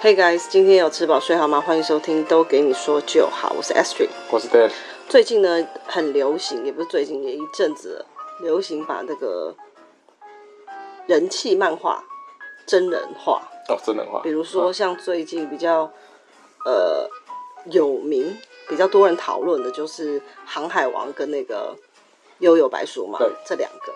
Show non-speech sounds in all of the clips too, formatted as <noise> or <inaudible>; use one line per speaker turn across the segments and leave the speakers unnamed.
Hey guys，今天有吃饱睡好吗？欢迎收听，都给你说就好。我是 Astrid。
我是 Dad，
最近呢，很流行，也不是最近，也一阵子了流行把那个人气漫画真人化，
哦，真人化。
比如说
嗯，
像最近比较呃有名、比较多人讨论的，就是《航海王》跟那个《悠悠白书》嘛
对，
这两个。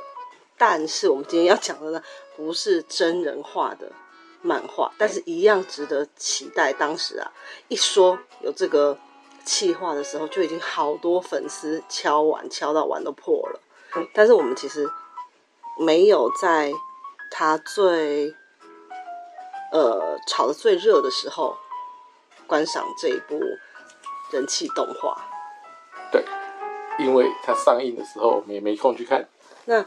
但是我们今天要讲的呢，不是真人化的漫画，但是一样值得期待。当时啊，一说有这个企划的时候，就已经好多粉丝敲碗，敲到碗都破了。
嗯
但是我们其实没有在它最呃炒得最热的时候观赏这一部人气动画。
对，因为它上映的时候我们也没空去看，
那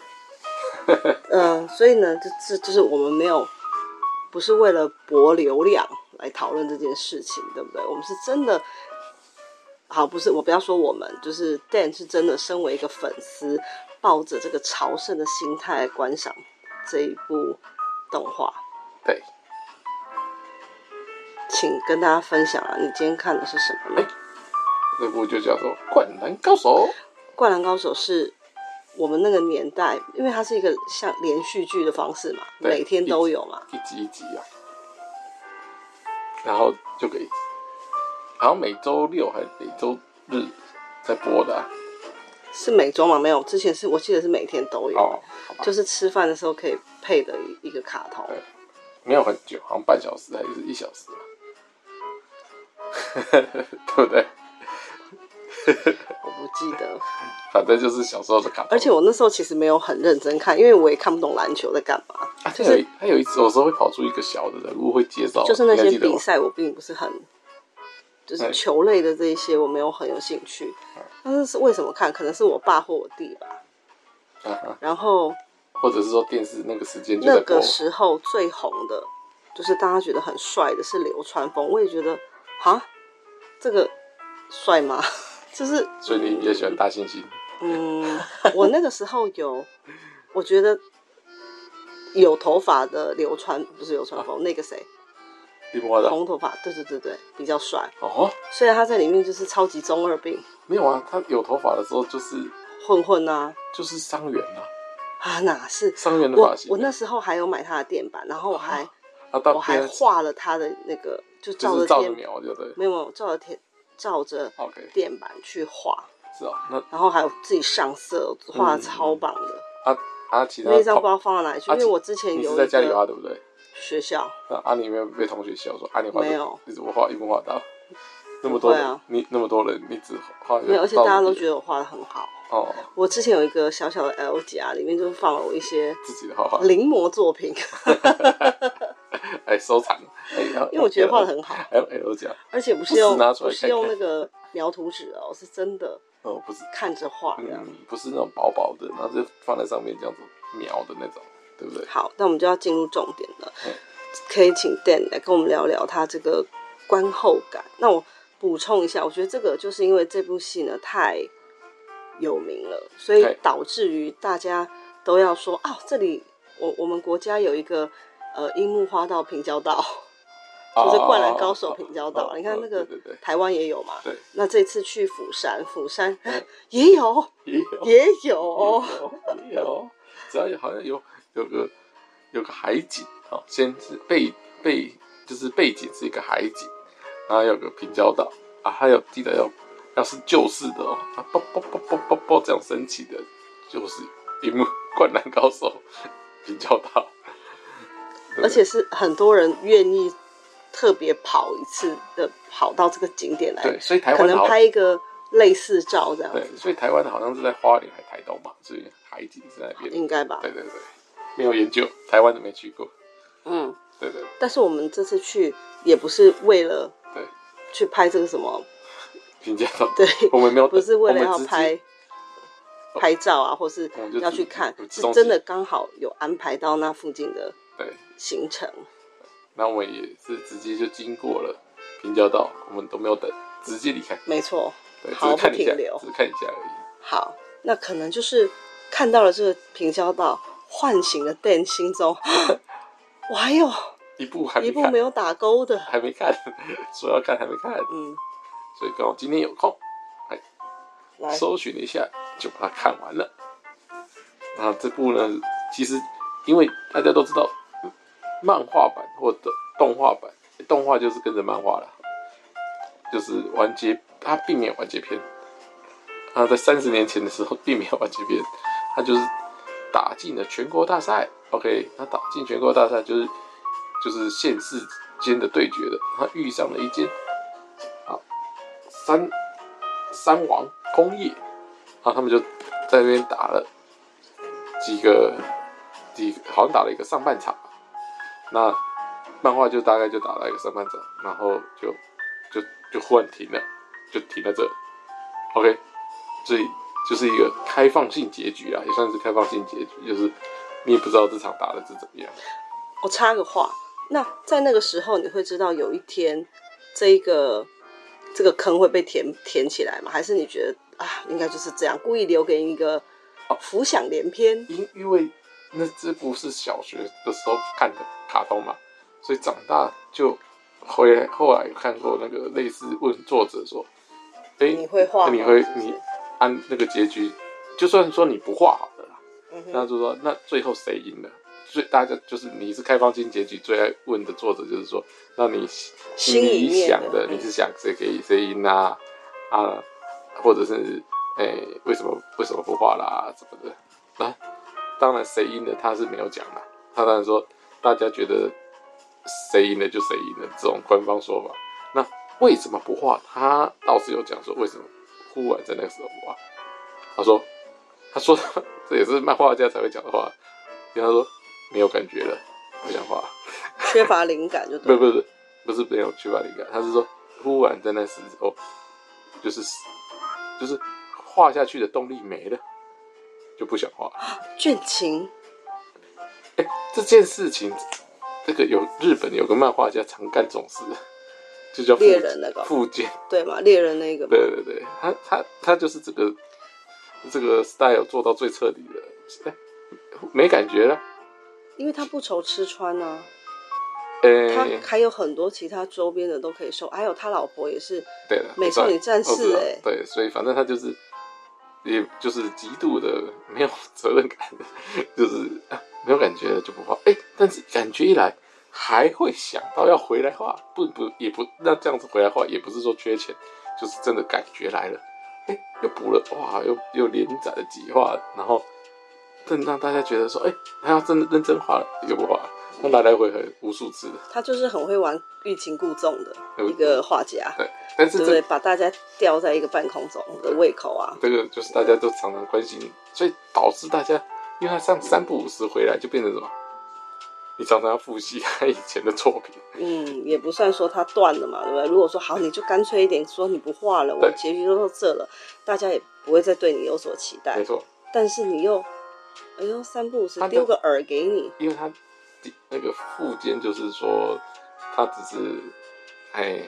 呃，所以呢，就这就是我们没有不是为了博流量来讨论这件事情，对不对？我们是真的。好，不是我不要说我们，就是 Dan 是真的身为一个粉丝，抱着这个朝圣的心态来观赏这一部动画，
对，
请跟大家分享啊，你今天看的是什么呢？
这部就叫做《灌篮高手》。
《灌篮高手》是我们那个年代，因为它是一个像连续剧的方式嘛，
对
每天都有嘛。
一集一集啊，然后就给，好像每周六还是每周日在播的、啊、
是每周嘛？没有，之前是我记得是每天都有，
哦，好吧，
就是吃饭的时候可以配的一一个卡通。
对没有很久，好像半小时还是一小时吧，啊 <laughs> 对不对？
我不记得，
反正就是小时候的卡通，
而且我那时候其实没有很认真看，因为我也看不懂篮球在干嘛。
啊，
就
就是是他有一次有时候会跑出一个小的人物会介绍，
就是那
你还
些
哦记得吗
比赛，我并不是很，就是
对
球类的这一些，我没有很有兴趣。但是是为什么看？可能是我爸或我弟吧。
啊哈
然后
或者是说电视那个时间就
那
在播
个，时候最红的，就是大家觉得很帅的是流川枫，我也觉得啊，这个帅吗？ <laughs> 就是
所以你也喜欢大猩猩，
嗯，我那个时候有，我觉得有头发的流川不是流川
啊
枫，那个谁
另外的
红头发，对对对对，比较帅。
哦，
虽然他在里面就是超级中二病
没有啊，他有头发的时候就是
混混啊
就是伤员啊，
啊哪是
伤员的发
我
型，
我那时候还有买他的电板，然后我还、
他到
我还画了他的那个，就照
就是
着
照着
电
描，哦对不对
没有没有照着天照着
？OK，
电板去画，
是啊，那
然后还有自己上色，画的超棒的。
嗯啊其他
那一张不知
同
道放到哪里去，
啊
因为我之前
你
有
是
一
在家里
个
画对不对？
学校。
那啊你有没有被同学笑说啊你画
没有，
你怎么画一幕画到那么
不
多
会
人
啊，
你那么多人，你只画一个
没有，而且大家都觉
得
得我画的很好。
哦
我之前有一个小小的 L 夹，里面就是放了我一些
自己的画画，
临摹作品，
哎收藏，哎
因为我觉得画的很好，
L L 奖
而且不是用
不时拿出来
不是
看看
用那个描图纸哦，是真的
哦不是
看着画的。
嗯，不是那种薄薄的，然后就放在上面这样子描的那种，对不对？
好，那我们就要进入重点了
嗯，
可以请 Dan 来跟我们聊聊他这个观后感。那我补充一下，我觉得这个就是因为这部戏呢太有名了，所以
对
导致于大家都要说啊，这里我我们国家有一个呃樱木花道平交道。就是《灌篮高手》平交道，
哦
你看那个
啊对对对
台湾也有嘛
对。嗯
那这次去釜山，釜山 <laughs> 也有，
也
<laughs>
有
也
嗯
有，
也有也有，只要有好像有有个有个海景，哦，先是背背就是背景是一个海景，然后有个平交道啊，还有记得要要是旧式的哦，啊啵啵啵啵啵啵这样升起的，就是一幕《 <laughs> 灌篮高手》平交道，对
而且是很多人愿意特别跑一次的，跑到这个景点来，
对，所以台
可
湾
能
好
拍一个类似照这样
对
子，，
所以台湾好像是在花莲还台东嘛，所以海景是在那边。
应该吧？
对对对，没有研究，台湾都没去过。
嗯，
对对
但是我们这次去也不是为了
对，
去拍这个什么，
评价到
对，
我们没有，
不是为了
哦我
要
们直接哦
拍拍照啊，或是
我们就
要
自
去看
有，自
是
动
真
自
的刚好有安排到那附近的
对，
行程。
那我们也是直接就经过了平交道，我们都没有等，直接离开。
没错，
对，只
毫
是
不
看一
停
下，
留
只。是看一下而已。
好，那可能就是看到了这个平交道，唤醒了 Dan <laughs> 心中，我还有
一部还
一
没
部
看
没，有打勾的，
还没看， <laughs> 说要看还没看，
嗯，
所以刚好今天有空，
来，
搜寻了一下就把它看完了。那这部呢，其实因为大家都知道，嗯漫画版或者动画版，动画就是跟着漫画了，就是完结，它并没有完结篇。啊，在三十年前的时候并没有完结篇，它就是打进了全国大赛。OK，它打进全国大赛就是就是县市间的对决的，它遇上了一间啊三三王工业，然后他们就在那边打了几个几好像打了一个上半场，那漫画就大概就打了一个上半场，然后就就就忽然停了，就停在这，OK，所以就是一个开放性结局啊，也算是开放性结局，就是你也不知道这场打的是怎么样，
我插个话，那在那个时候，你会知道有一天这一个这个坑会被填填起来吗？还是你觉得啊，应该就是这样，故意留给你一个
哦
浮想联翩？
因因为那这不是小学的时候看的卡通嘛，所以长大就回来后来有看过那个类似问作者说，哎、
你会画吗
你会
是不是
你按那个结局，就算说你不画好了啦，
嗯哼
那就说那最后谁赢了？所以大家就是你是开放性结局，最爱问的作者就是说，那你心
心
心
里
里
面
想
的
的
嗯
你是想谁给谁赢啊啊，或者是哎、为什么为什么不画啦什么的？那、当然谁赢了他是没有讲啦，他当然说大家觉得谁赢了就谁赢了这种官方说法。那为什么不画？他倒是有讲说为什么忽然在那个时候不画。他说他说 <laughs> 这也是漫画家才会讲的话，因为他说没有感觉了，不想画。
缺乏灵感就
<laughs> 不
对
是
了。
不是不是没有缺乏灵感，啊他是说忽然在那时候，就是就是画下去的动力没了，就不想画了。
倦情，
哎、这件事情，这个有日本有个漫画家常干这种事，就叫
猎人那个
附件。
对吗？猎人那个吗，
对对对，他他他就是这个这个 style 做到最彻底的，哎没感觉了。
因为他不愁吃穿啊，
哎、
他还有很多其他周边的都可以收，还有他老婆也是，
对了，
美少女战士
我知道
欸
啊对，所以反正他就是，也就是极度的没有责任感，就是、 <laughs> 啊没有感觉了就不画。哎、但是感觉一来，还会想到要回来画，不不也不那这样子回来画，也不是说缺钱，就是真的感觉来了，哎、又补了哇，又又连载了几画，然后更让大家觉得说，哎、他要真的认真画了，又不画了，那来来回回无数次。
他就是很会玩欲擒故纵的
对
一个画家，
对，但是
对不
这
对？把大家吊在一个半空中的胃口啊，
这个就是大家都常常关心，所以导致大家，因为他上三不五时回来，就变成什么？你常常要复习他以前的作品，
嗯，也不算说他断了嘛，对不对？如果说好，你就干脆一点，说你不画了，我
对
结局都到这了，大家也不会再对你有所期待
没。错，
但是你又，哎呦，三不五时
他的
丢个饵给你，
因为他那个副监就是说，他只是，哎，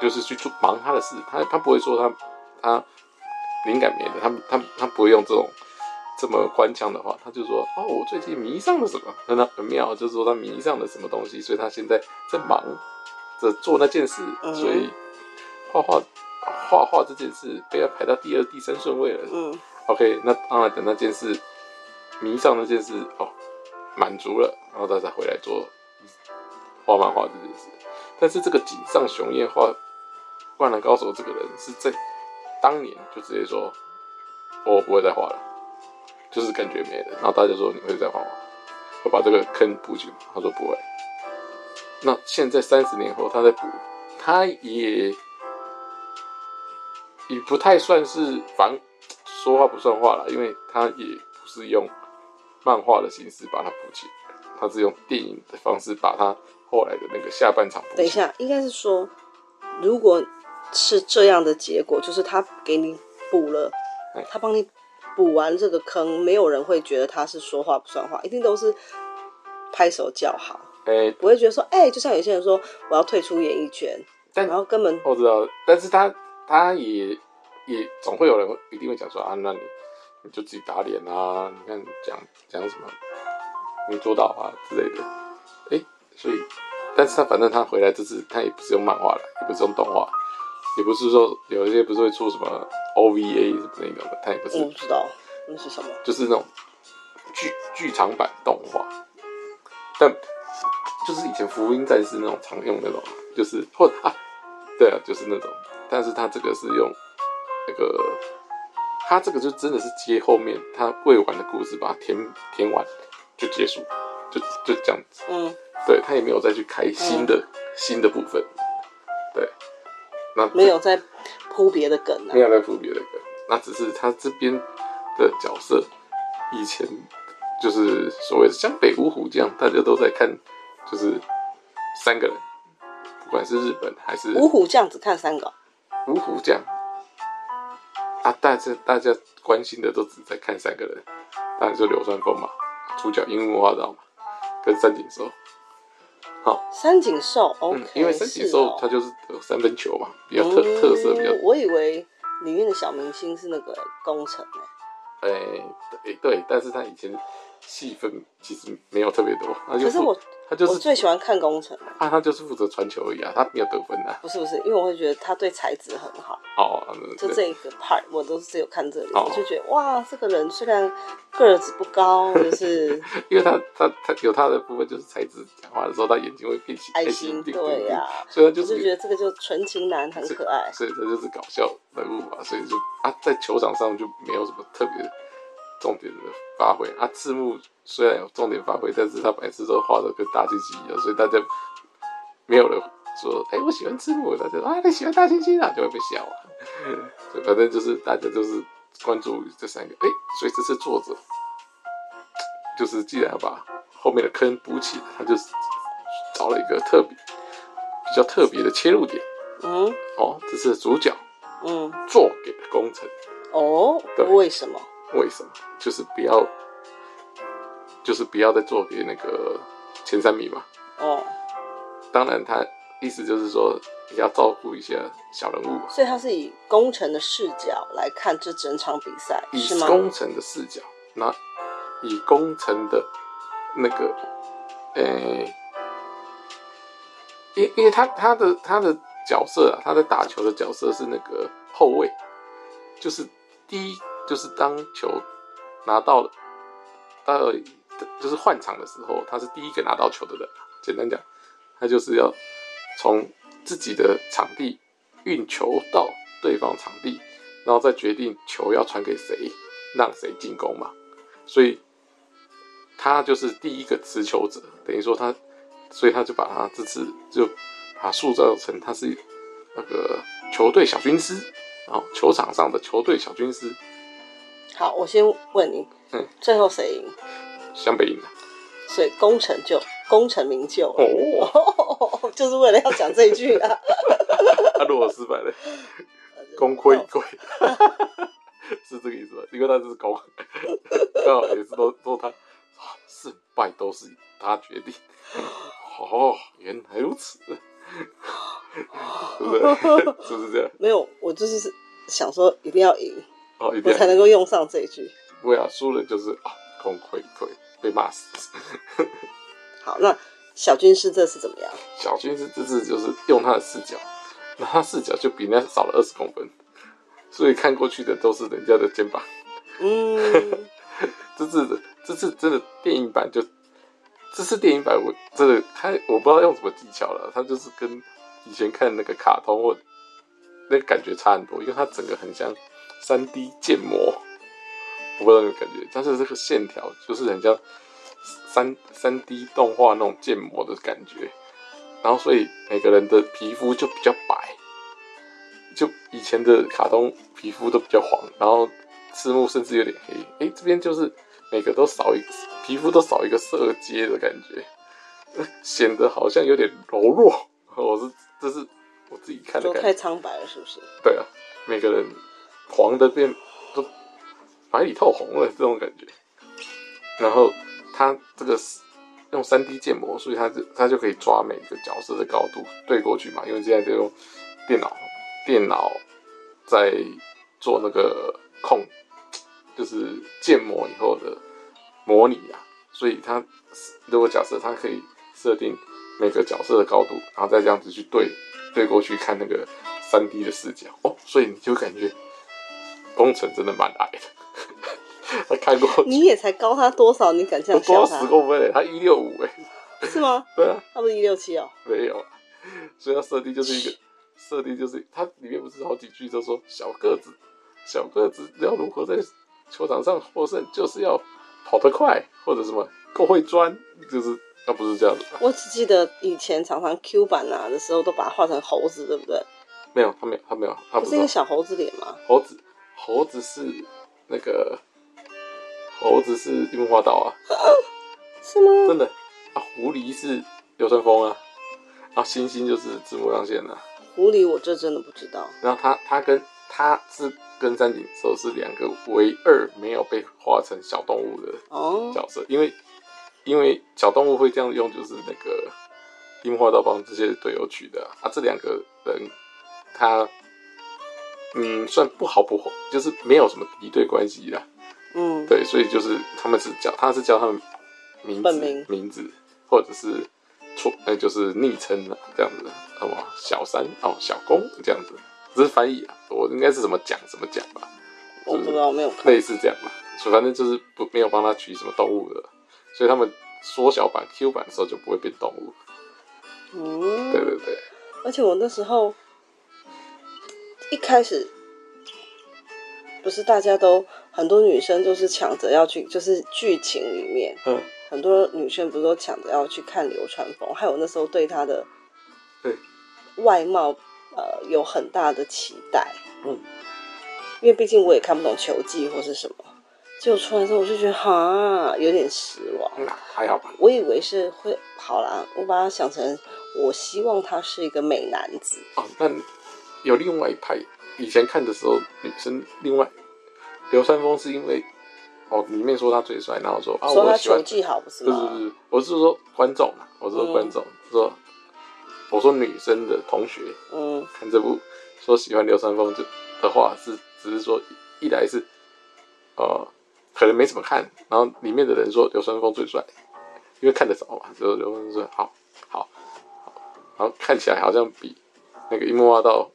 就是去做忙他的事，他他不会说他他灵感没了，他他他不会用这种这么官腔的话，他就说哦，我最近迷上了什么，那很妙，就是说他哦迷上了什么东西，所以他现在在忙着做那件事，
嗯
所以画画画画这件事被他排到第二、第三顺位了。
嗯，
OK，那当然等那件事迷上那件事哦满足了，然后他才回来做画漫画这件事。但是这个井上雄彦画《灌篮高手》这个人是在当年就直接说，哦我不会再画了，就是感觉没了。然后大家说你会再画吗？会把这个坑补进吗？他说不会。那现在三十年后他在补，他也也不太算是反说话不算话了，因为他也不是用漫画的形式把它补起来，他是用电影的方式把它后来的那个下半场补起来。
等一下，应该是说，如果是这样的结果，就是他给你补了
哎，
他帮你补完这个坑，没有人会觉得他是说话不算话，一定都是拍手叫好，
哎、
不会觉得说，哎、就像有些人说我要退出演艺圈，
但
然后根本
我知道，但是他他也也总会有人会一定会讲说啊，那你你就自己打脸啊，你看讲讲什么没做到啊之类的，哎、所以但是他反正他回来就是他也不是用漫画了，也不是用动画，也不是说有一些不是会出什么 OVA 什么那种的，他也不是，
我不知道那是什么。
就是那种剧剧场版动画，但就是以前福音战士那种常用那种，就是或啊，对啊，就是那种，但是他这个是用那个，他这个就真的是接后面他未完的故事，把它填填完就结束，就就这样子。
嗯，
对他也没有再去开新的、新的部分，对，那
没有在铺别的梗啊
没。有在复别的歌，那只是他这边的角色以前就是所谓的像北五虎这样，大家都在看，就是三个人，不管是日本还是
五虎将只看三个哦，
五虎将啊，大家大家关心的都只在看三个人，当然就流川枫嘛，主角樱木花道嘛，跟三井寿。
三井寿。OK，、
嗯，因为三井寿他
是
就是得三分球嘛，比较
哦
特、特色比较
嗯，我以为里面的小明星是那个欸工程诶、
哎、对对，但是他以前戏份其实没有特别多，他就
可是
负
我
他就
我
是
最喜欢看工程了，
啊他就是负责传球而已啊，他没有得分啊，
不是不是，因为我会觉得他对才子很好，
哦，
就
对
这一个 part 我都是只有看这里，
哦
我就觉得哇，这个人虽然个子不高，
<laughs>
就是
因为他他他有他的部分就是才子讲话的时候，他眼睛会变形，
爱心，
对
对呀、
所以他
我
就
就是觉得这个就纯情男很可爱。
所以他就是搞笑人物嘛，所以就啊，在球场上就没有什么特别的重点的发挥啊。字幕虽然有重点发挥，但是他每次都画的跟大猩猩一样，所以大家没有人说，哎、我喜欢字幕，大家说啊，你喜欢大猩猩啊，就会被笑啊。所以反正就是大家就是关注于这三个，哎、所以这次作者就是既然要把后面的坑补起来，他就是找了一个特别比较特别的切入点。
嗯
哦，这是主角
嗯，
做给的工程。
哦
对，
为什么？
为什么？就是不要，就是不要再做给那个前三名嘛。
哦，
当然，他意思就是说也要照顾一些小人物嘛，
所以他是以工程的视角来看这整场比赛，
以
是吗？
工程的视角，那以工程的那个，呃、因因为他他的他的角色啊，他在打球的角色是那个后卫，就是第一就是当球拿到了，到了就是换场的时候，他是第一个拿到球的人。啊简单讲，他就是要从自己的场地运球到对方场地，然后再决定球要传给谁，让谁进攻嘛。所以他就是第一个持球者，等于说他，所以他就把他这次就把他塑造成他是那个球队小军师，哦，球场上的球队小军师，
好，我先问你，
嗯
最后谁赢？
湘北赢了。
所以工程就功成名就了。
哦，
哦， <laughs> 就是为了要讲这一句
<laughs>
啊。
他如果
<laughs>
失败了，功亏一
哦
篑，是这个意思吧？因为他是功， <laughs> 刚好也是都都他啊胜败都是他决定。哦，原来如此， <laughs> 是不 <laughs> 是？是不是这样？
没有，我就是想说一定要赢，
哦，一定
我才
要
能够用上这一句。
不会啊！输了就是啊，功亏一篑，被骂死。
好，那小军师这次怎么样？
小军是这次就是用他的视角，那他视角就比人家少了二十公分，所以看过去的都是人家的肩膀。 <laughs>
嗯，
这次的这次真的电影版就，这次电影版我真的他我不知道用什么技巧了，他就是跟以前看那个卡通或那个感觉差很多，因为它整个很像三 D 建模，我不知道有没有感觉，但是这个线条就是很像三三 D 动画那种建模的感觉，然后所以每个人的皮肤就比较白，就以前的卡通皮肤都比较黄，然后字幕甚至有点黑。诶，这边就是每个都少一皮肤都少一个色阶的感觉，呃显得好像有点柔弱。我是这是我自己看的
都
感
太
觉，
苍白了，是不是？
对啊，每个人黄的变都白里透红了这种感觉。然后他这个是用三 D 建模，所以他就他就可以抓每个角色的高度对过去嘛，因为现在就用电脑电脑在做那个控，就是建模以后的模拟啊，所以他如果假设他可以设定每个角色的高度，然后再这样子去对对过去看那个三 D 的视角哦，所以你就感觉 <laughs> 工程真的 <laughs> 蛮矮的。他看过去
你也才高他多少？你敢这
我
样笑
多十
他？
公分嘞，他一六五哎，
是吗？
对啊，
他不是一六七哦？
没有啊，所以它设定就是一个设定就是它里面不是好几句都说小个子，小个子要如何在球场上获胜，就是要跑得快或者什么够会钻，就是那不是这样子，
我只记得以前常常 Q 版啊的时候，都把它画成猴子，对不对？
没有他没有他没有他
不
不
是一个
是
小猴子脸吗？
猴子，猴子是那个猴子是樱木花道啊，
是吗？
真的啊，狐狸是流川枫啊，啊猩猩就是字幕上线的、啊。
狐狸我这真的不知道。
然后他他跟他是跟三井寿是两个唯二没有被画成小动物的
哦，
角色，因为因为小动物会这样用，就是那个樱花道帮这些队友取的啊，啊这两个人他嗯算不好不坏，就是没有什么敌对关系啦，
嗯，
对，所以就是他们是叫他是叫他们名字
本名
字，或者是绰那就是昵称啊，这样子，好不好？小三哦，小公这样子，这是翻译啊，我应该是什么奖什么奖吧，
我不知道，我没有看。
类似这样吧，所以反正就是不没有帮他取什么动物的，所以他们缩小版 Q 版的时候就不会变动物，对
嗯，
对对，
而且我那时候一开始不是大家都很多女生都是抢着要去，就是剧情里面
嗯，
很多女生不是都抢着要去看流川枫，还有那时候对他的
对，
外貌呃有很大的期待，
嗯，
因为毕竟我也看不懂球技或是什么，结果出来之后我就觉得哈有点失望。
那还好吧，
我以为是会好啦，我把它想成我希望他是一个美男子，
哦，那有另外一派，以前看的时候，女生另外流川枫是因为哦，里面说他最帅，然后说啊，
说
我
他
喜欢
球，技好不是
不是
吗？
不是，我是说观众嘛，我是说观众、说，我说女生的同学
嗯
看这部说喜欢流川枫就的话是只是说一来是呃可能没怎么看，然后里面的人说流川枫最帅，因为看得少嘛，就流川枫说好好好，然后看起来好像比那个樱木花道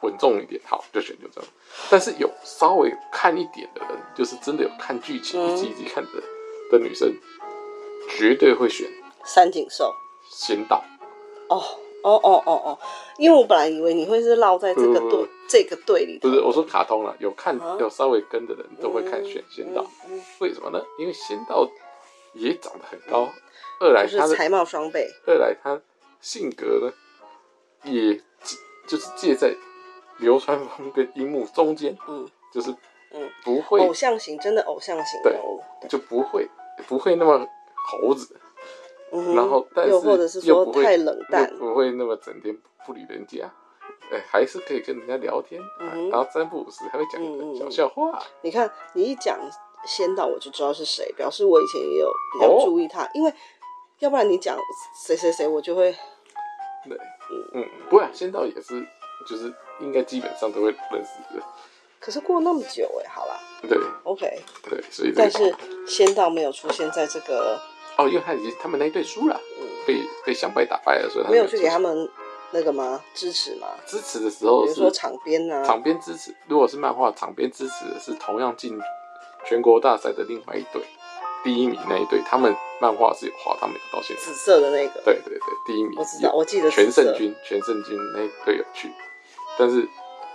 稳重一点，好就选流川枫。但是有稍微看一点的人，就是真的有看剧情
嗯
一集一集看的的女生，绝对会选
三井寿。
仙道。
哦哦哦哦哦，因为我本来以为你会是落在这个
不不不
队这个队里头，
不是，我说卡通了，有看
啊
有稍微跟的人都会看
嗯
选仙道，
嗯嗯
为什么呢？因为仙道也长得很高，二来
就
他
是
的
才貌双倍。
二来他性格呢，也介就是介在流川枫跟樱木中间，
嗯，
就是
嗯
不会、
偶像型真的偶像型
对
人物，
就不会不会那么猴子，
嗯哼
然后但是
又或者是
又
说
不会
太冷淡
又，不会那么整天不理人家。哎，还是可以跟人家聊天，啊
嗯哼
然后三不五时还会讲
嗯嗯嗯
小笑话，
你看，你一讲仙道，我就知道是谁，表示我以前也有比较
哦
注意他，因为要不然你讲谁谁谁，我就会
对，嗯，不会、啊，仙道也是，就是应该基本上都会认识的，
可是过那么久哎、好啦
对
o k
对，所以这个
但是仙道没有出现在这个，
哦，因为他已经他们那一队输了，
嗯，
被被湘北打败了，所以他
没有去给
出
他们那个吗？支持吗？
支持的时
比
候
如说
是
场边啊，
场边支持，如果是漫画场边支持的是同样进全国大赛的另外一队，第一名那一队，他们漫画是有画他们有到现在，
紫色的那个，
对对对，第一名
我知道，
有
我记得
全
紫色
胜，军全胜军那一队有去，但是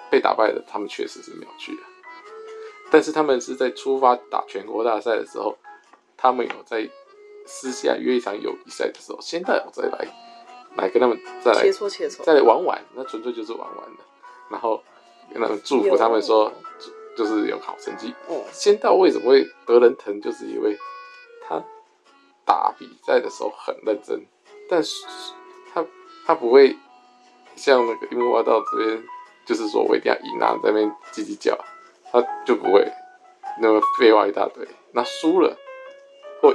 被打败的他们确实是没有去的。但是他们是在出发打全国大赛的时候，他们有在私下约一场友谊赛的时候，仙道有再来来跟他们再来
切磋切磋，
再来玩玩，那纯粹就是玩玩的，然后跟他们祝福他们说，就就是有好成绩。
嗯
仙道为什么会得人疼，就是因为他打比赛的时候很认真，但是他他不会像那个樱木花道这边，就是说我一定要赢啊，在那边叽叽叫，他就不会那么废话一大堆。那输了或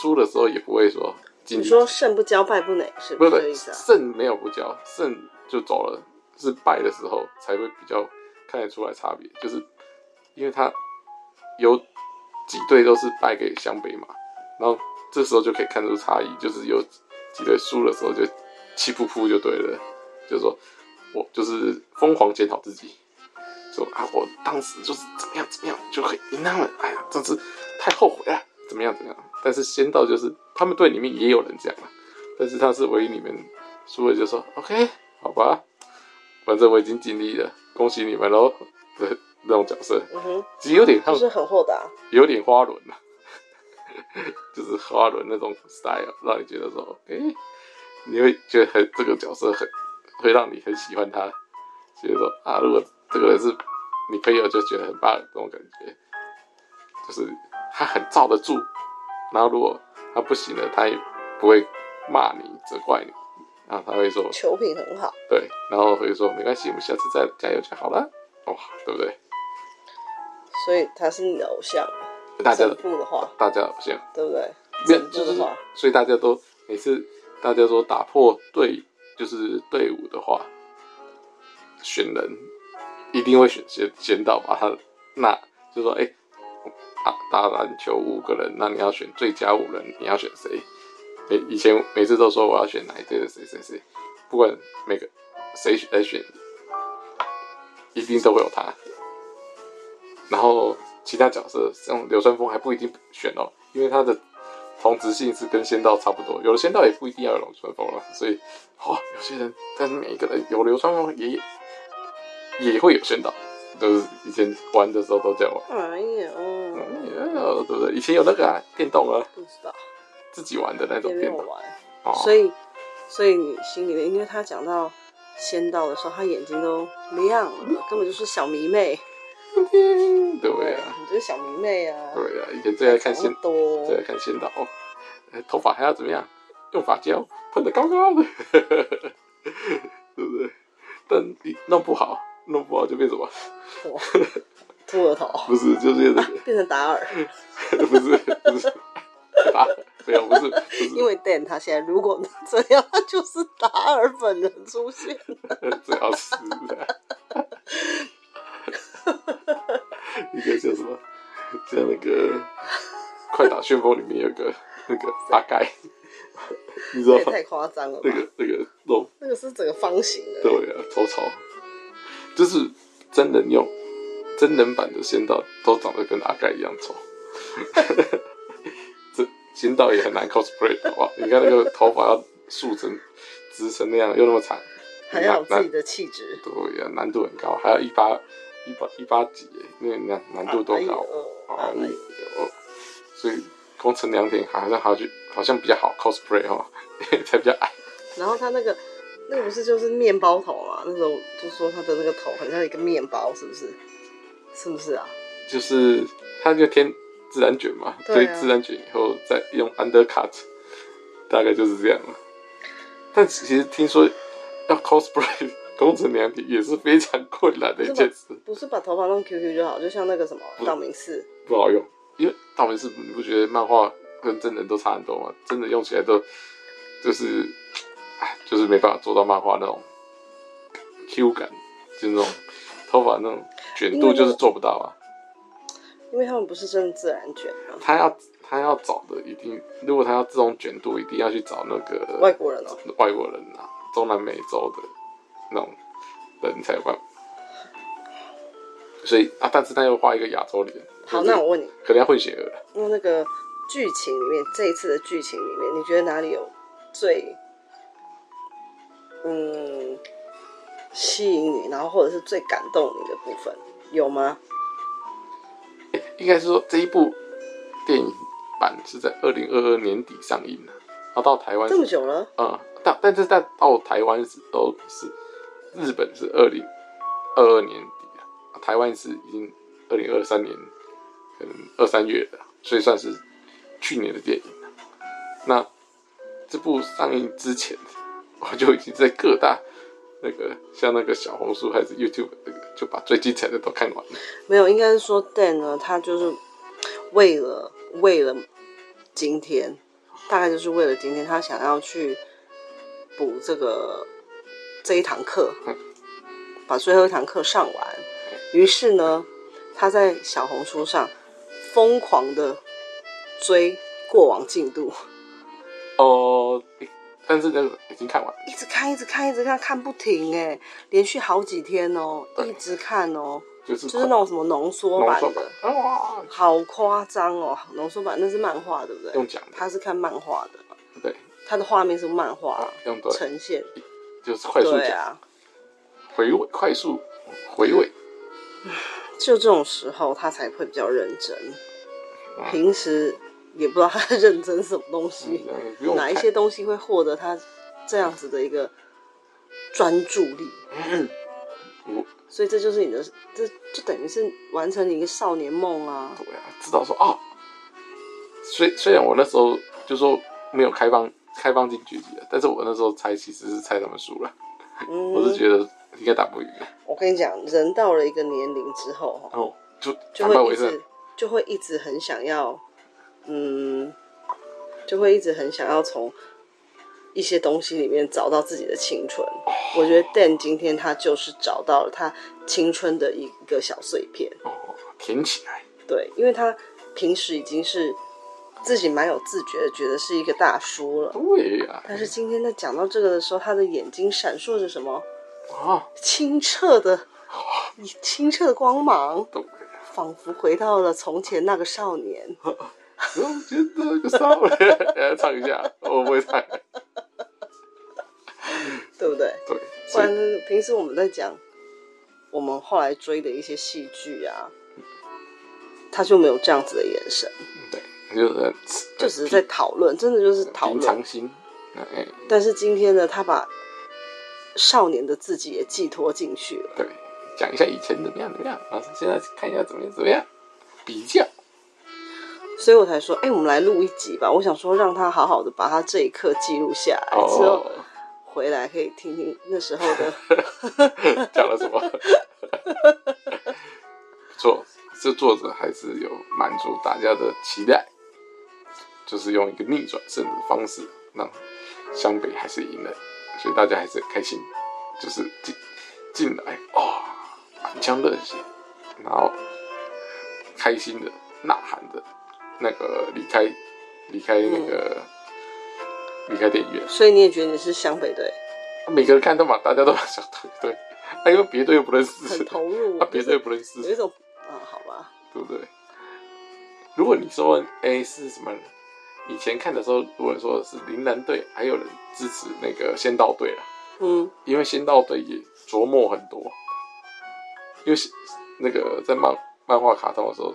输的时候也不会说斤
你
斤
说胜不骄败不馁，是
嗯不
不是这
是不
个
是
意思啊？
胜没有不交，胜就走了，是败的时候才会比较看得出来差别，就是因为他有几队都是败给湘北嘛，然后这时候就可以看出差异，就是有记得输的时候就气噗噗就对了， <laughs> 就说哦我就是疯狂检讨自己，说啊我当时就是怎么样怎么样就可以赢他们，哎呀，真是太后悔了，怎么样怎么样。但是仙道就是他们队里面也有人这样啊，但是他是唯一里面输了就说 OK 好吧，反正我已经尽力了，恭喜你们喽的那种角色，
嗯哼，
其实有点
就
他们
是很豁达，
有点花轮啊， <laughs> 就是花轮那种 style，让你觉得说，诶，你会觉得很这个角色很会让你很喜欢他，觉得说啊，如果这个人是你朋友，就觉得很棒这种感觉，就是他很罩得住，然后如果他不行了，他也不会骂你责怪你，然后他会说
球品很好。
对，然后会说没关系，我们下次再加油就好了，哇，对不对？
所以他是你的偶像，
大家
整部的话，
大家好像。
对不对？
没有
整，部
就
的
是
话，
所以大家都每次大家说打破队就是队伍的话，选人一定会选先先到把他那就说哎、打打篮球五个人，那你要选最佳五人，你要选谁？每以前每次都说我要选哪一队的谁谁谁，不管每个谁选来选，一定都会有他。然后其他角色像流川枫还不一定选哦，因为他的同质性是跟仙道差不多，有的仙道也不一定要有流川枫了，所以哦，有些人，但是每一个人有流川枫也 <laughs> 也会有仙道，就是以前玩的时候都这样玩，
哎呀，哦，
嗯，对不对？以前有那个、啊、电动啊，
不知道，
自己玩的那
也
种
没
电
有
动，
玩。
哦，
所以，所以你心里面，因为他讲到仙道的时候，他眼睛都亮了，根本就是小迷妹。
对啊，
你就是小迷妹啊。
对啊，以前最爱看仙
想，多
最爱看仙道，哦哎头发还要怎么样？用发胶喷的高高的， <laughs> 对不对？但你弄不好，弄不好就变什么？
多，秃额头，
不是，就是那个。
变成达尔。
<laughs> 不是不是，打没有不是不是，
因为 Dan 他现在如果这样，他就是达尔本人出现。
最好吃的。一个叫什么？叫那个《快打旋风》里面有个那个阿盖，你知道
这也
吗？
太夸张了吧
那？个那个肉
那个是整个方形的。
对啊，头超，就是真人用真人版的仙道都长得跟阿盖一样丑， <laughs> 这仙道也很难 cosplay 好不好？你看那个头发要竖成直成那样，又那么长，
还要有
那
自己的气质。
对呀、难度很高，还要一八一八一八几耶，那个难难度多高
哎
啊！
呦哎呦
哦，所以工程良田好像好像好像比较好 cosplay 哈， <laughs> 才比较矮。
然后他那个那个不是就是面包头嘛？那时候就说他的那个头很像一个面包，是不是？是不是啊？
就是它就天自然卷嘛，
对啊
所以自然卷以后再用 undercut，大概就是这样了。但其实听说要 cosplay <laughs> 工程量体也是非常困难的一件事，
不是把头发弄 QQ 就好，就像那个什么
不
道明寺，
不好用，因为大文是你不觉得漫画跟真人都差很多吗？真的用起来都就是，哎，就是没办法做到漫画那种 Q 感，就那种头发那种卷
因
度
为那
就是
个
做不到啊。
因为他们不是真的自然卷嘛。
他要他要找的一定，如果他要这种卷度，一定要去找那个
外国人哦，
外国人啊，中南美洲的那种人才有办法。所以啊，但是他又画一个亚洲脸，
好，
就是
那我问你，
可能要混血儿。
那那个剧情里面，这一次的剧情里面，你觉得哪里有最嗯吸引你，然后或者是最感动你的部分，有吗？
应该是说这一部电影版是在二零二二年底上映的，然后到台湾
这么久了，
嗯，但但是在到台湾是都是日本是二零二二年底啊，台湾是已经二零二三年，嗯，二三月了，所以算是去年的电影了那这部上映之前，我就已经在各大那个像那个小红书还是 YouTube 那个，就把最精彩的都看完了。
没有，应该是说 Dan 呢，他就是为了为了今天，大概就是为了今天，他想要去补这个这一堂课
嗯，
把最后一堂课上完。于是呢，他在小红书上疯狂的追过往进度，
哦、但是那个已经看完了，
一直看，一直看，一直看，看不停哎，连续好几天哦，
对
一直看哦，
就是
就是那种什么浓缩
浓
版
缩版
的，
啊，
好夸张哦，浓缩版那是漫画对不对？
用讲的，
他是看漫画的嘛，
对，啊
他的画面是漫画
用对，
呈现，
就是快速
对
讲，
啊，
回味，快速回味，
就这种时候他才会比较认真，
嗯
平时也不知道他在认真什么东
你
西，
嗯呃你不
嗯
用
哪一
看
些东西会获得他这样子的一个专注力。
<coughs> 我
所以这就是你的，这就等于是完成你一个少年梦啊。
对啊，知道说哦，虽虽然我那时候就说没有开放开放进局集的，但是我那时候猜其实是猜他们输了，
嗯，
我是觉得应该打不赢，
我跟你讲，人到了一个年龄之后，哈，
然后就
哦就
反败
会
为
一
胜
直，就会一直很想要，嗯，就会一直很想要从一些东西里面找到自己的青春。我觉得 Dan 今天他就是找到了他青春的一个小碎片，
哦，填起来，
对，因为他平时已经是自己蛮有自觉的，觉得是一个大叔了。
对呀、
但是今天在讲到这个的时候，他的眼睛闪烁着什么
啊，
清澈的、清澈的光芒，
懂了，
仿佛回到了从前那个少年。
我觉得就骚了，来唱一下，我不会唱，
对不对？
对，
不
所
然
以
平时我们在讲我们后来追的一些戏剧啊，他就没有这样子的眼神，
对，就是呃
就只是在讨论，真的就是讨
平
论
常。心，哎，
但是今天呢，他把少年的自己也寄托进去了。
对，讲一下以前怎么样怎么样，然后现在看一下怎么样怎么样，比较。
所以我才说，哎、我们来录一集吧。我想说，让他好好的把他这一刻记录下来，之后
哦，
回来可以听听那时候
<laughs>
的。
哦讲了什么？不错，这作者还是有满足大家的期待，就是用一个逆转胜的方式，让湘北还是赢了，所以大家还是很开心，就是进进来哦，满腔热血，然后开心的呐喊的，那个离开离开那个、离开电影院。
所以你也觉得你是湘北队，
每个人看都嘛，大家都想对对，啊，因为别队又不认识
很，投入，
啊，别队又不认
有
识，
一种啊，好吧，
对不对？如果你说哎是什么，以前看的时候，如果说是铃兰队，还有人支持那个仙道队啊，
嗯，
因为仙道队也琢磨很多，因为那个在漫漫画卡通的时候，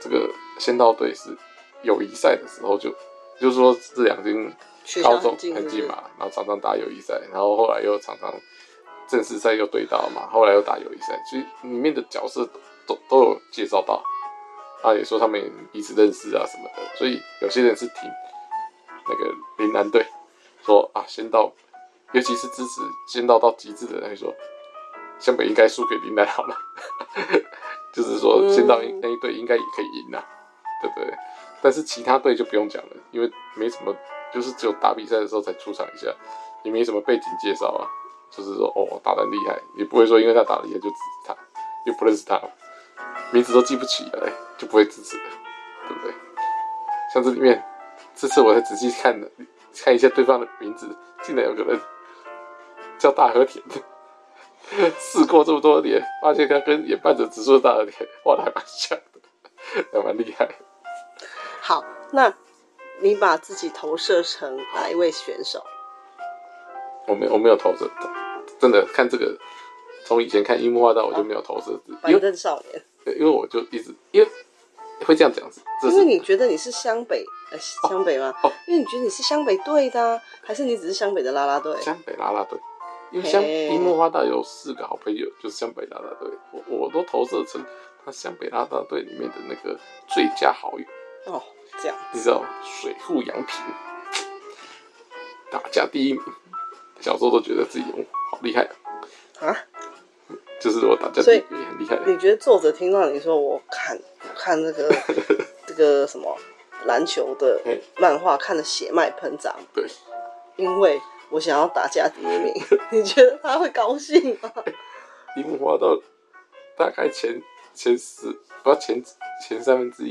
这个仙道队是友谊赛的时候就就是说这两军
学校
高中
很近，
很
是
近
不是
嘛，然后常常打友谊赛，然后后来又常常正式赛又对到嘛，后来又打友谊赛，所以里面的角色都都有介绍到，啊，也说他们彼此认识啊什么的，所以有些人是挺那个林南队说啊，先到，尤其是支持先到到极致的人会说，湘北应该输给林南好了， <laughs> 就是说先到
嗯
那一队应该也可以赢啊，对不对？但是其他队就不用讲了，因为没什么，就是只有打比赛的时候才出场一下，也没什么背景介绍啊。就是说，哦，打得很厉害，也不会说因为他打得厉害就支持他，又不认识他，名字都记不起来，就不会支持了，对不对？像这里面，这次我才仔细看了看一下对方的名字，竟然有个人叫大和田，试过这么多年，发现他跟演半泽直树的大和田画的还蛮像的，还蛮厉害。
好，那你把自己投射成哪一位选手？
我没有我没有投射，真的看这个，从以前看樱木花道我就没有投射，因
反
为
正少年，
因为我就一直因为会这样讲，这
因为
是
你觉得你是湘北，呃，是湘北吗？
哦
因为你觉得你是湘北队的、啊，还是你只是湘北的啦啦队？
湘北啦啦队，因为湘
嘿
樱木花道有四个好朋友，就是湘北啦啦队，我我都投射成他湘北啦啦队里面的那个最佳好友，
哦，这样，
你知道吗？水户洋平，打架第一名，小时候都觉得自己哦好厉害啊，
啊？
就是我打架第
所以
一名也很厉害，
你觉得作者听到你说我看我看这
<laughs>
个这个什么篮球的
嘿
漫画看的血脉喷张，
对。
因为我想要打架第一名， <laughs> 你觉得他会高兴吗？
樱木花道大概前前十，不要前前三分之一，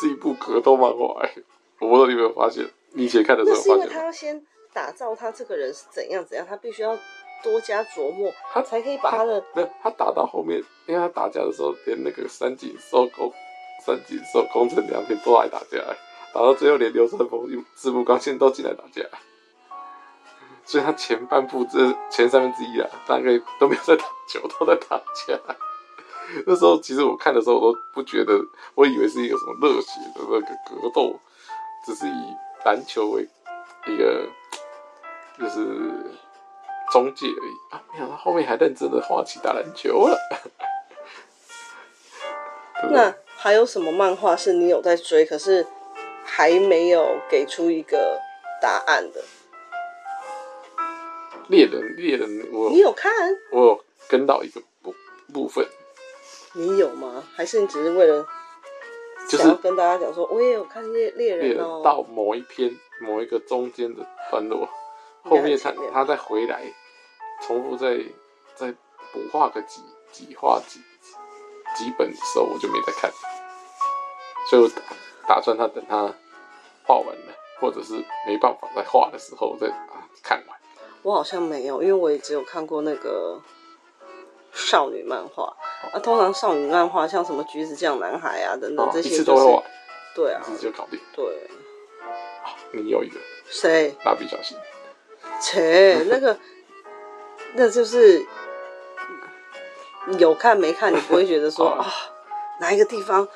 是一部格斗漫画、欸。我不知道你有没有发现，你以前看的时
<laughs> 那
候
是因
有
为
发现
他
吗？
要先打造他这个人是怎样怎样，他必须要多加琢磨，
他
才可以把他的
没有，他打到后面，因为他打架的时候，连那个三井寿工、三井寿工程良平都来打架，打到最后连流川枫、赤木刚宪都进来打架，所以他前半部这前三分之一啊，大概都没有在打球，都在打架。那时候其实我看的时候，我都不觉得，我以为是一个什么热血的那个格斗，只是以篮球为一个就是中介而已啊，没想到后面还认真的画起打篮球了。对不对
那还有什么漫画是你有在追，可是还没有给出一个答案的？
猎人，猎人，我
你有看？
我有跟到一个部部分，
你有吗？还是你只是为了
就是
想要跟大家讲说，我也有看猎猎
猎
人
人
哦、
到某一篇某一个中间的段落，后面他
应该很前面
他再回来，重复再再补画个几几画几几本的时候，我就没再看，所以我打打算他等他画完了，或者是没办法再画的时候再啊看完。
我好像没有，因为我也只有看过那个少女漫画啊。通常少女漫画像什么橘子酱男孩啊等等
哦
这
一
些、就是
次都会画，
对啊
一，次就搞定。
对，
你有一个
谁？
蜡笔小新，
切，那个，那就是有看没看，你不会觉得说
<laughs> 哦
啊、哪一个地方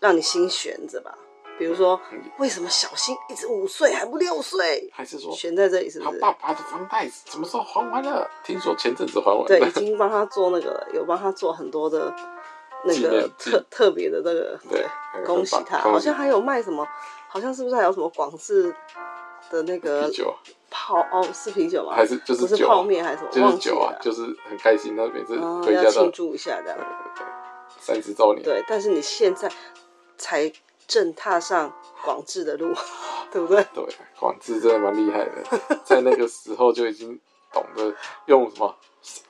让你心悬着吧？比如说，
嗯
为什么小新一直五岁还不六岁，
还是说
悬在这里是
他
不是？
爸爸的房贷什么时候还完了？听说前阵子还完
对，
了
已。
<laughs>
经帮他做那个了，有帮他做很多的那
纪
个
念纪
特特别的那个，
对，
恭喜他！
很棒
好像还有卖什么，好像是不是还有什么广式的那个
啤酒啊
泡哦，是啤酒吗？
还是就是
不是
酒啊
泡面还是什么？
就是
忘记
酒
了
啊，就是很开心。他每次
哦
回
要
家
庆
到
祝一下这样。
三十周年，
对，但是你现在才正踏上广智的路， <laughs> 对不对？
对，广智真的蛮厉害的， <laughs> 在那个时候就已经懂得用什么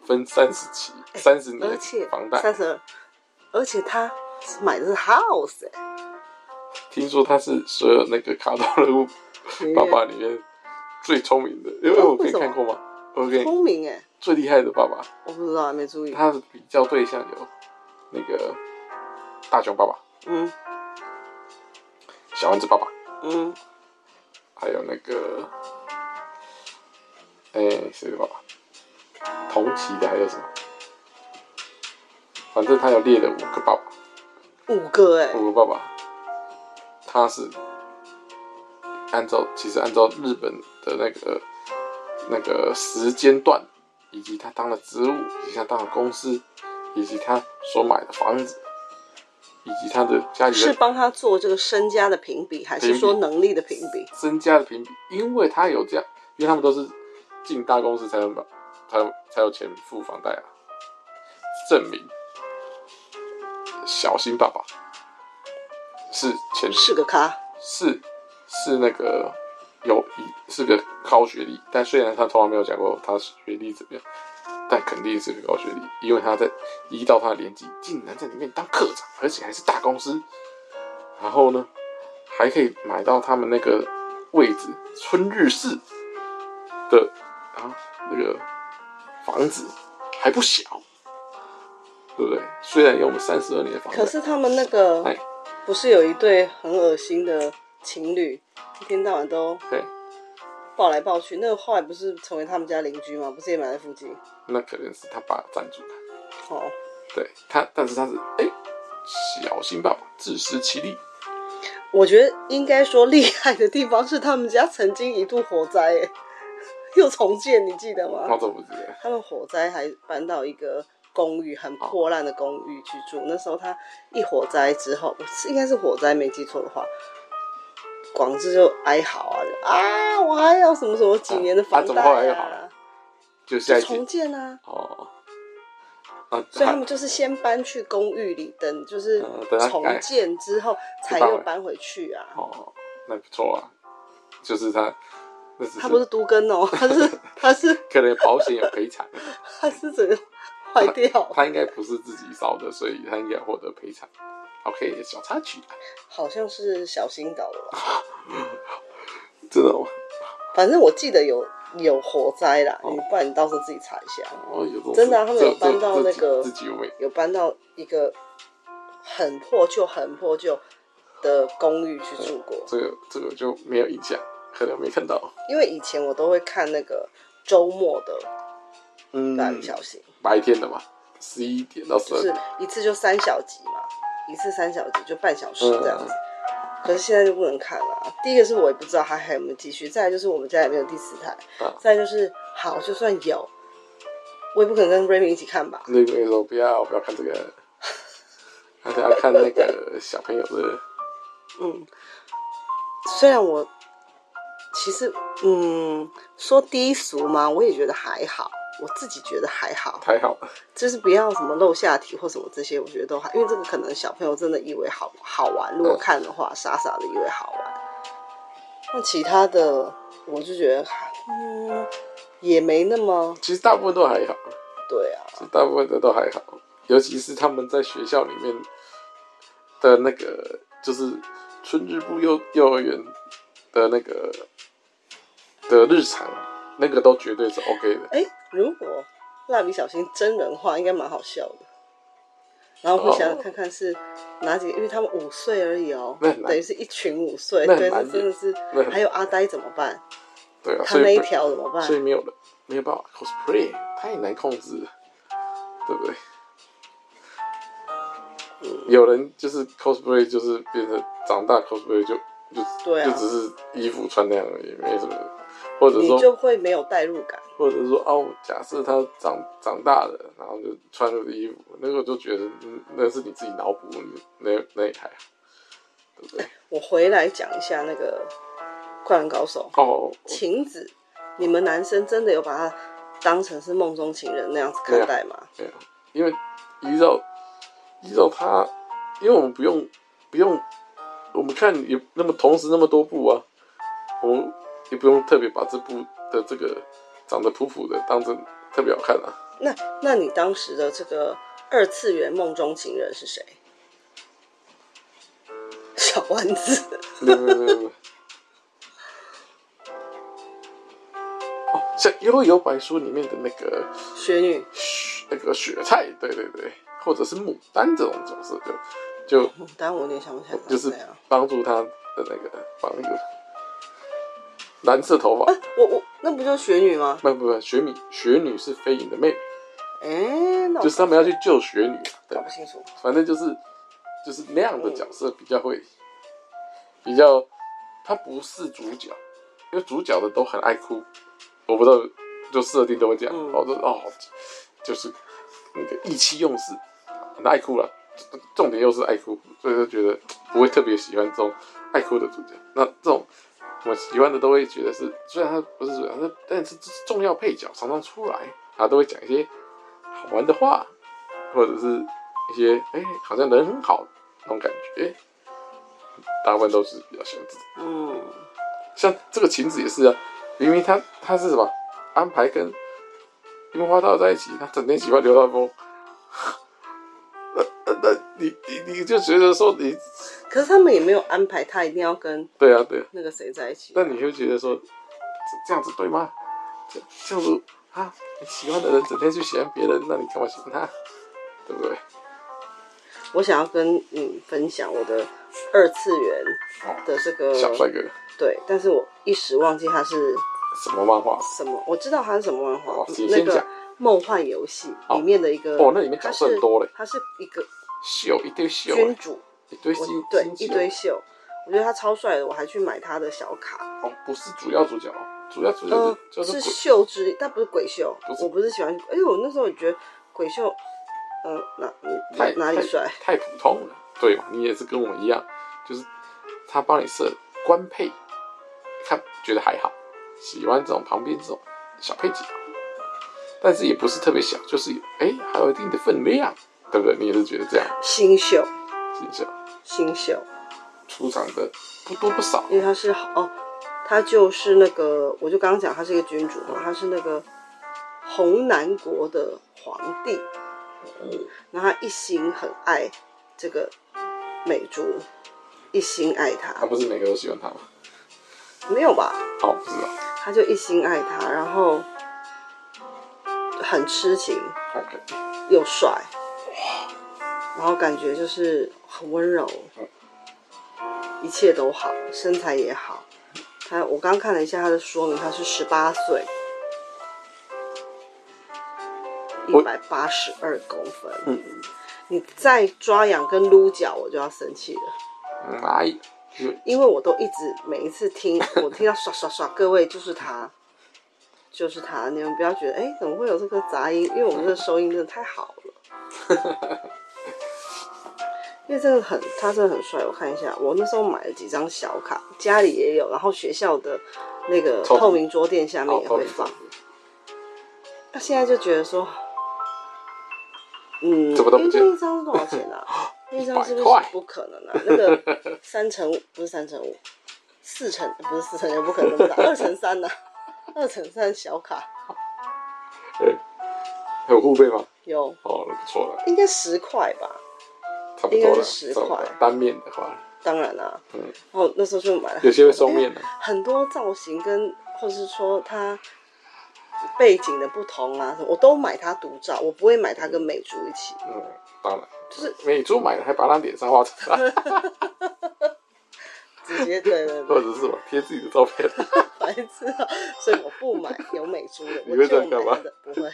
分三十期、三十
哎而
年
且
房
三
贷。
十二，而且他是买的是 house，哎、
听说他是所有那个卡通人物爸爸里面最聪明的，因为
哦
我给
为
你
什么
看过吗？我给你
聪明哎、
最厉害的爸爸，
我不知道，没注意。
他的比较对象有那个大雄爸爸、
嗯
小丸子爸爸，
嗯，
还有那个，哎、谁的爸爸？同期的还有什么？反正他有列了五个爸爸，
五个哎、
五个爸爸，他是按照其实按照日本的那个那个时间段，以及他当的职务，以及他当的公司，以及他所买的房子，以及他的家里
是
的
帮他做这个身家的评比，还是说能力的评比？
增加的评比，因为他有这样，因为他们都是进大公司才能把才有才有钱付房贷啊。证明小新爸爸是前
是个咖，
是是那个有一是个高学历，但虽然他从来没有讲过他学历怎么样，但肯定是个高学历，因为他在依照他的年纪，竟然在里面当科长，而且还是大公司，然后呢，还可以买到他们那个位置春日市的啊那个房子还不小，对不对？虽然用了三十二年的房
可
子，
是他们那个
哎
不是有一对很恶心的情侣，一天到晚都
对，
抱来抱去，那个后来不是成为他们家邻居吗？不是也买在附近？
那可能是他爸赞助的。
哦，
对他，但是他是哎、小心爸爸自食其力，
我觉得应该说厉害的地方是他们家曾经一度火灾，哎， <laughs> 又重建，你记得吗？
那这不是
他们火灾还搬到一个公寓，很破烂的公寓去住。那时候他一火灾之后，我是应该是火灾，没记错的话，广志就哀嚎啊，就啊，我还要什么什么几年的房贷
啊怎么后来又好
啊
了，就下
就
一集
重建啊。
哦。啊，
所以他
还
们就是先搬去公寓里，等就是
嗯等他
重
改
建之后才
搬回
又搬回去啊。
哦，那不错啊，就是他，那只是
他不是都跟哦，他
<laughs>
是他是
可能保险有赔偿，
他是整个坏掉了，
他应该不是自己烧的，所以他应该获得赔偿。OK，小插曲，啊
好像是小新搞的吧？
真的吗？
反正我记得有有火灾啦，
哦
你不然你到时候自己查一下，
哦，有
真的啊他们有搬到那个
自己有美
有搬到一个很破旧、很破旧的公寓去住过。
这个这个就没有印象，可能没看到。
因为以前我都会看那个周末的
嗯
《大鱼小新》
白天的嘛，十一点到十
就
二
是
点，
一次就三小集嘛，一次三小集就半小时这样子。可是现在就不能看了、第一个是我也不知道它还有没有继续，再来就是我们家也没有第四台
嗯，
再来就是好就算有，我也不可能跟 Raymond 一起看吧。
那个说不要不要看这个，大家看那个小朋友的，
嗯，虽然我其实嗯说低俗嘛，我也觉得还好，我自己觉得还好，
太好了，
就是不要什么露下体或什么这些，我觉得都还，因为这个可能小朋友真的以为好好玩，
嗯
如果看的话，傻傻的以为好玩。那其他的，我就觉得，嗯，也没那么
其实大部分都还好，
对啊，
其实大部分的都还好，尤其是他们在学校里面的那个，就是春日部幼幼儿园的那个的日常，那个都绝对是 OK 的。
哎、如果蜡笔小新真人化，应该蛮好笑的。然后会想想看看是哪几个，因为他们五岁而已哦，
哦那很难
等于是一群五岁，
那
对，
很
这
难
真的是
那很。
还有阿呆怎么办？
对啊，
他
所
那
以
一
不
条怎么办
所？以没有人没有办法 cosplay，太难控制了，对不对？嗯有人就是 cosplay，就是变成长大 cosplay 就就、
对啊
就只是衣服穿那样而已，没什么。或者
你
说，
就会没有代入感。
或者说，哦，假设他长长大了，然后就穿了衣服，那个我就觉得、嗯那是你自己脑补，那那也还好，对不对？
我回来讲一下那个《灌篮高手
哦，》
晴子，你们男生真的有把她当成是梦中情人那样子看待吗？
没有，因为依照依照他，因为我们不用不用，我们看也那么同时那么多部啊，我们也不用特别把这部的这个长得普普的当成特别好看啊。
那那你当时的这个二次元梦中情人是谁？小丸子， <laughs>
没有没有没有没有。 <laughs> 哦，像《幽游白书》里面的那个
雪女，
雪那个雪菜，对对对，或者是牡丹这种角色，就就
当哦然我有点想不起来
就
长
是
怎样。啊
帮助他的那个绑那个蓝色头发 <laughs>
哎、，我我那不就是雪女吗？
不不不，雪女雪女是飞影的妹妹，
哎、那我
就是他们要去救雪女，啊对
搞，不清楚。
反正就是就是那样的角色比较会比较，他不是主角，因为主角的都很爱哭，我不知道就设定都会这样，
嗯
哦就哦就是那个意气用事，很爱哭了。重点又是爱哭，所以就觉得不会特别喜欢这种爱哭的主角。那这种我喜欢的都会觉得是，虽然他不是主角，但但是这是重要配角，常常出来，他都会讲一些好玩的话，或者是一些哎、好像人很好那种感觉。哎大部分都是比较喜欢这种。
嗯，
像这个晴子也是啊，明明他他是什么安排跟樱花道在一起，他整天喜欢刘大峰。 <laughs> 那那那你你你就觉得说你
可是他们也没有安排他一定要跟
对啊对啊，
那个谁在一起。
那你会觉得说这这样子对吗？这这样子啊，你喜欢的人整天去喜欢别人，那你干嘛喜欢他？对不对？
我想要跟你分享我的二次元的这个
小帅哥
对，但是我一时忘记它是
什么漫画？
什么，我知道它是什么漫画，
哦你
那
先
个
讲
梦幻游戏
哦
里面的一个
哦那里面角色很多嘞啊
它是它是一个
秀一堆秀，
君主，
一堆
我
新
对
新秀
一堆秀，我觉得他超帅的，我还去买他的小卡，
哦，不是主要主角哦，主要主角
嗯，
是就是是鬼
秀之力，但不是鬼秀
不，是
我不是喜欢，哎呦，我那时候也觉得鬼秀，嗯，哪哪
太
哪里帅？
太？太普通了，对嘛？你也是跟我一样，就是他帮你设官配，他觉得还好，喜欢这种旁边这种小配角，但是也不是特别小，就是哎、还有一定的分量，对不对？你也是觉得这样，
新秀，
形象
新秀，
啊出场的不多不少，
因为他是哦，他就是那个，我就刚刚讲他是一个君主嘛，他是那个红南国的皇帝，然后他一心很爱这个美珠，一心爱
他
她，
啊不是每个都喜欢他吗？
没有吧？
哦，不是啊，
他就一心爱他，然后很痴情
，OK，
又帅，然后感觉就是很温柔，一切都好，身材也好。他我刚看了一下他的说明，他是十八岁，一
我
百八十二公分。
嗯
你再抓痒跟撸脚，我就要生气了。
嗯，哎，就
因为我都一直每一次
<laughs>
听，我听到刷刷刷，各位就是他，就是他，你们不要觉得哎、诶怎么会有这个杂音？因为我们的收音真的太好了，
<laughs>
因为真的很，他真的很帅。我看一下，我那时候买了几张小卡，家里也有，然后学校的那个
透明哦
透明桌垫下面也
好
会放。那现在就觉得说，嗯，
怎么都不见
因为那一张是多少钱啊？那一张是不
100块
是不可能啊？那
<laughs>
个三乘五不是三乘五，四乘不是四乘六不可能那么大，二乘三呐、二乘三小卡
哎，还有护背吗？
有
哦，那不错了，
应该十块吧？
差不多
应该
了，
是
差不
10
多了
块
单面的话，
当然啦、
嗯
然后那时候就买了，
有些会双
<laughs>
面的，
很多造型跟或者是说它背景的不同啊，什么我都买它独照，我不会买它跟美珠一起。
嗯，当然，
就是
美珠买了还把他脸上画出
<laughs>
来，
直接对对
或
对，
者是什么贴自己的照
<laughs>
片，
白痴啊！所以我不买有美珠的，
你
我
会这
就
样干嘛
买它的，不会，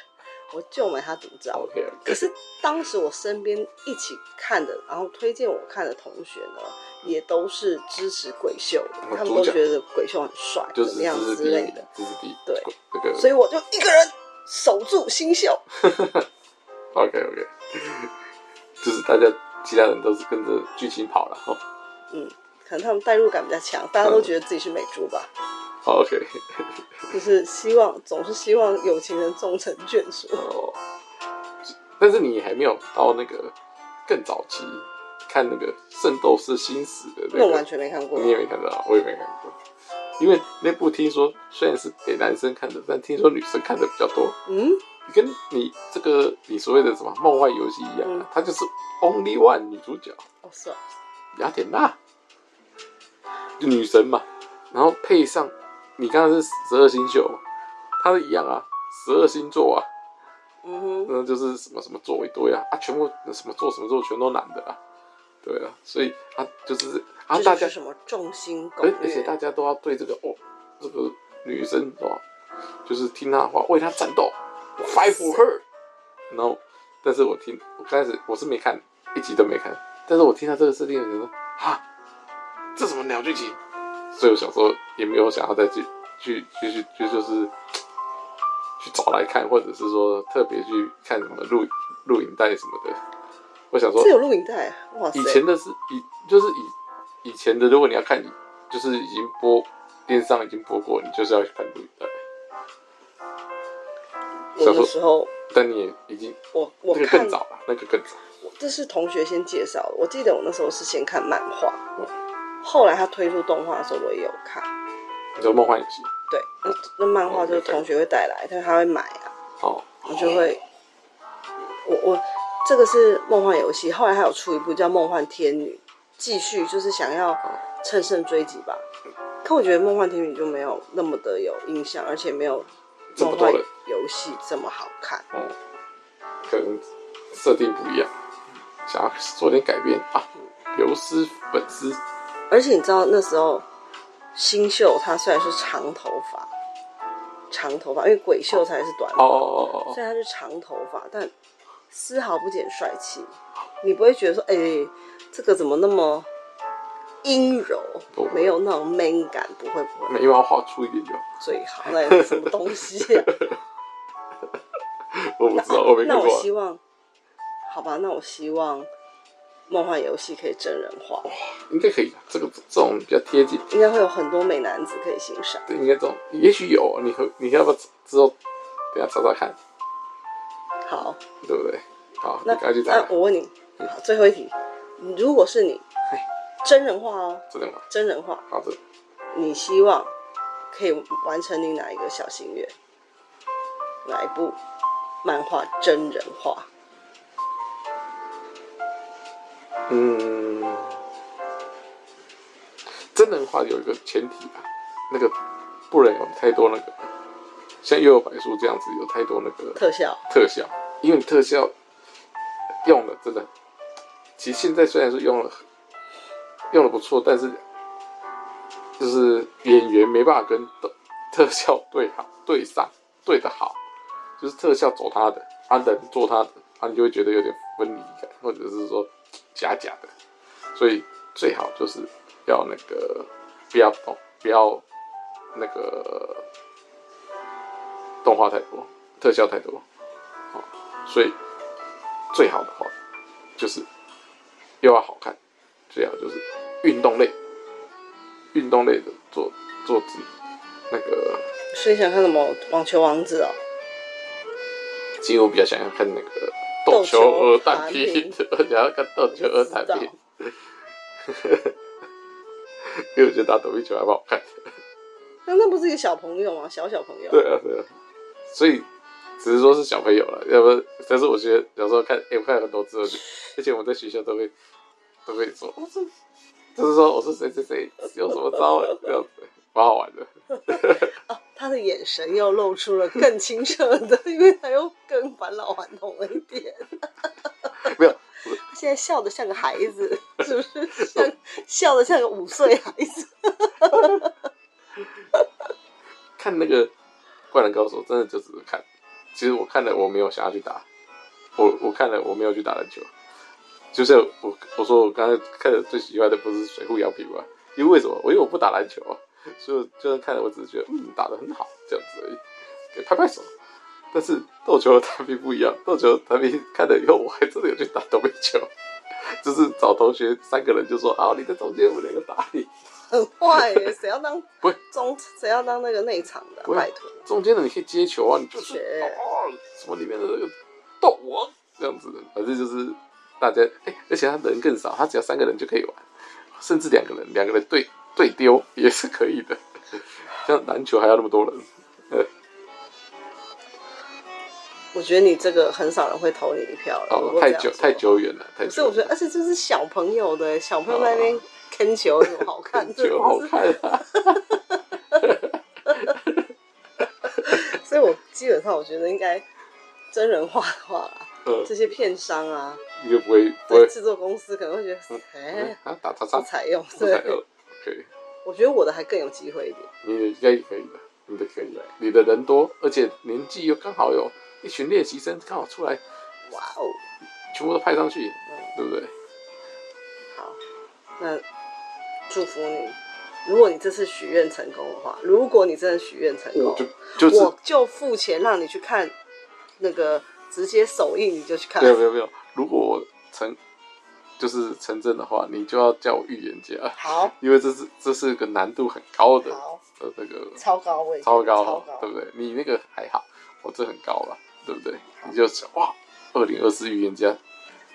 我就买它独照。
OK，
可是当时我身边一起看的，然后推荐我看的同学呢，也都是支持鬼秀的，
嗯
他们都
主嗯角
觉得鬼秀很帅，
就
怎
是
么样
这是
之
第一
类
名
的，，
这是第一，
对，
这个
所以我就一个人守住新秀。
OK OK，就是大家其他人都是跟着剧情跑了哦哈。
可能他们代入感比较强，大家都觉得自己是美珠吧，
好哦 OK，嗯
就是希望总是希望有情人终成眷属。
哦，但是你还没有到那个更早期看那个《圣斗士星矢》的那
那我完
个，
全没看过，
你也没看到，啊我也没看过。因为那部听说虽然是给男生看的，但听说女生看的比较多。
嗯，
跟你这个你所谓的什么梦幻游戏一样
嗯
啊，它就是 Only One 女主角。
好帅，
雅典娜，就女神嘛，然后配上你刚刚是十二星宿嘛，它是一样啊，十二星座啊，
嗯哼，
那就是什么什么座一堆啊，啊，全部什么座什么座全都男的啊，对啊，所以啊就是啊
这
大
就是
家，
什么众星拱
而
月，
而且大家都要对这个哦这个女生哦，就是听她的话为她战斗，fight for her，然后但是我听我刚开始我是没看一集都没看，但是我听到这个设定我就说啊。这什么鸟剧情？所以我想说，也没有想要再去去去去去就是去找来看，或者是说特别去看什么录录影带什么的。我想说
这，有录影带，啊哇塞，
以前的是以就是以以前的，如果你要看，就是已经播电视上已经播过，你就是要去看录影带。
我那时候
但你也已经
我我
那个
看
更早了，那个更早。
这是同学先介绍的，我记得我那时候是先看漫画，嗯后来他推出动画的时候我也有看，
你说梦幻游戏
对，那那漫画就是同学会带来，但是他会买啊，
哦，
我就会，我我这个是梦幻游戏，后来还有出一部叫《梦幻天女》，继续就是想要乘胜追击吧，可我觉得《梦幻天女》就没有那么的有印象，而且没有
这么
梦
多
幻
人
游戏这么好看，
哦，可能设定不一样，想要做点改变啊，流失粉丝
而且你知道那时候新秀她虽然是长头发，长头发，因为鬼秀才是短
哦
发，
哦哦哦
虽然她是长头发，但丝毫不减帅气。你不会觉得说，哎、这个怎么那么阴柔
不会，
没有那种 man 感？不会不
哦，
会，
眉毛画粗一点就好。
最好那有什么东
<laughs>
西、啊？
我不知道，我没
那
看
我
过啊。
希望，好吧，那我希望梦幻游戏可以真人化，
应该可以的，这个这种比较贴近，
应该会有很多美男子可以欣赏。
对，应该这种，也许有，你和你要不要之后等一下查查看，
好。
对不对？好，你
那
赶嗯快去查
那，我问你，好，最后一题，如果是你
嘿，
真人化哦，
真的吗？
真人化，
好的，
你希望可以完成你哪一个小心愿？哪一部漫画真人化？
嗯，啊真人化有一个前提吧，那个不然有太多那个，像《幽游白书》这样子有太多那个
特效，
特效，因为你特效用了真的，其实现在虽然说用了用的不错，但是就是演员没办法跟特特效对好对上对的好，就是特效走他的，啊人做他的，啊你就会觉得有点分离感，或者是说假假的，所以最好就是要那个不要动，不要那个动画太多，特效太多，好，所以最好的话就是又要好看，最好就是运动类，运动类的做做自己那个，
所以想看什么网球王子哦，
其实我比较想要看那个
斗
斗
球
球鹅蛋
弹
皮
屏，
我想要看斗球鹅蛋皮，因为我觉得打躲避球还蛮好哎看的。
那那不是一个小朋友吗？小小朋友，
对啊，对啊，所以只是说是小朋友了，要不然，但是我觉得有时候看，哎、我看很多次，我就而且我在学校都会都会说，
哦
我说就是说我是谁谁谁有什么招，这样子 <laughs> 蛮好玩的。
哦，他的眼神又露出了更清澈的， <laughs> 因为他又更返老还童了一点。
<laughs> 没有，
他现在笑得像个孩子，是不是？像笑得像个五岁孩子。
看那个《灌篮高手》，真的就只是看。其实我看了，我没有想要去打，我我看了，我没有去打篮球。就是我我说我刚才看的最喜欢的不是水户洋平吗？因为为什么？我因为我不打篮球啊，所以我就算看了，我只是觉得嗯打得很好这样子而已，给拍拍手。但是斗球的弹并不一样，斗球的弹并看了以后，我还真的有去打躲避球， <laughs> 就是找同学三个人就说好，你在中间，我们两个打你。
很坏耶，谁要当
不会
中，谁要当那个内场的啊、
不会
拜托，
中间的你可以接球啊，你就是
是
哦，什么里面的那个斗王这样子的，反正就是大家哎、而且他人更少，他只要三个人就可以玩，甚至两个人，两个人对对丢也是可以的。 <laughs> 像篮球还要那么多人，呃，
我觉得你这个很少人会投你一票了。如
哦，
果
太
这样
久
说
太，久远了，太
不是？
久
我
远
觉得，而且这是小朋友的耶，小朋友在那
哦
边坑球有什么
<laughs>
好看的？
了球好看
<laughs>
啊， <laughs>
所以我基本上我觉得应该真人化的话啦，
呃，
这些片商啊，
你就不会不
对
会
制作公司可能会觉得，哎，
啊打叉
不
叉，
采用。
<laughs> 不
<laughs> 对
太，了，可以。
我觉得我的还更有机会一点。
你的应该也可以的，你的可以的，你的人多，而且年纪又刚好有一群练习生刚好出来，
哇哦，
全部都派上去，
嗯
对不对？
好，那祝福你。如果你这次许愿成功的话，如果你真的许愿成功
我，就就是
我就付钱让你去看那个直接首映，你就去看
没。有没有没有，如果我成就是成真的话，你就要叫我预言家， <laughs>
好，
因为这是这是个难度很高的
好，
的那个
超高位，
超高
超
哦，
高
对。不对？你那个还好，我这很高了，对不对？你就想哇，二零二四预言家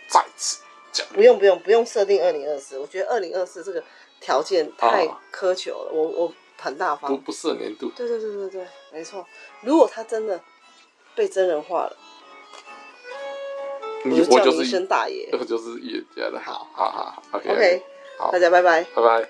再次降临
不用不用不用设定二零二四，我觉得二零二四这个条件太
啊
苛求了，我我很大
不
方。
不适合年度，
对对对对对，没错。如果他真的被真人化了，
你
我
嗯我
就叫
就
你一
是
声大爷。
我就是预言家了，
好
好好，OK
OK，
好
大家拜拜。
拜拜。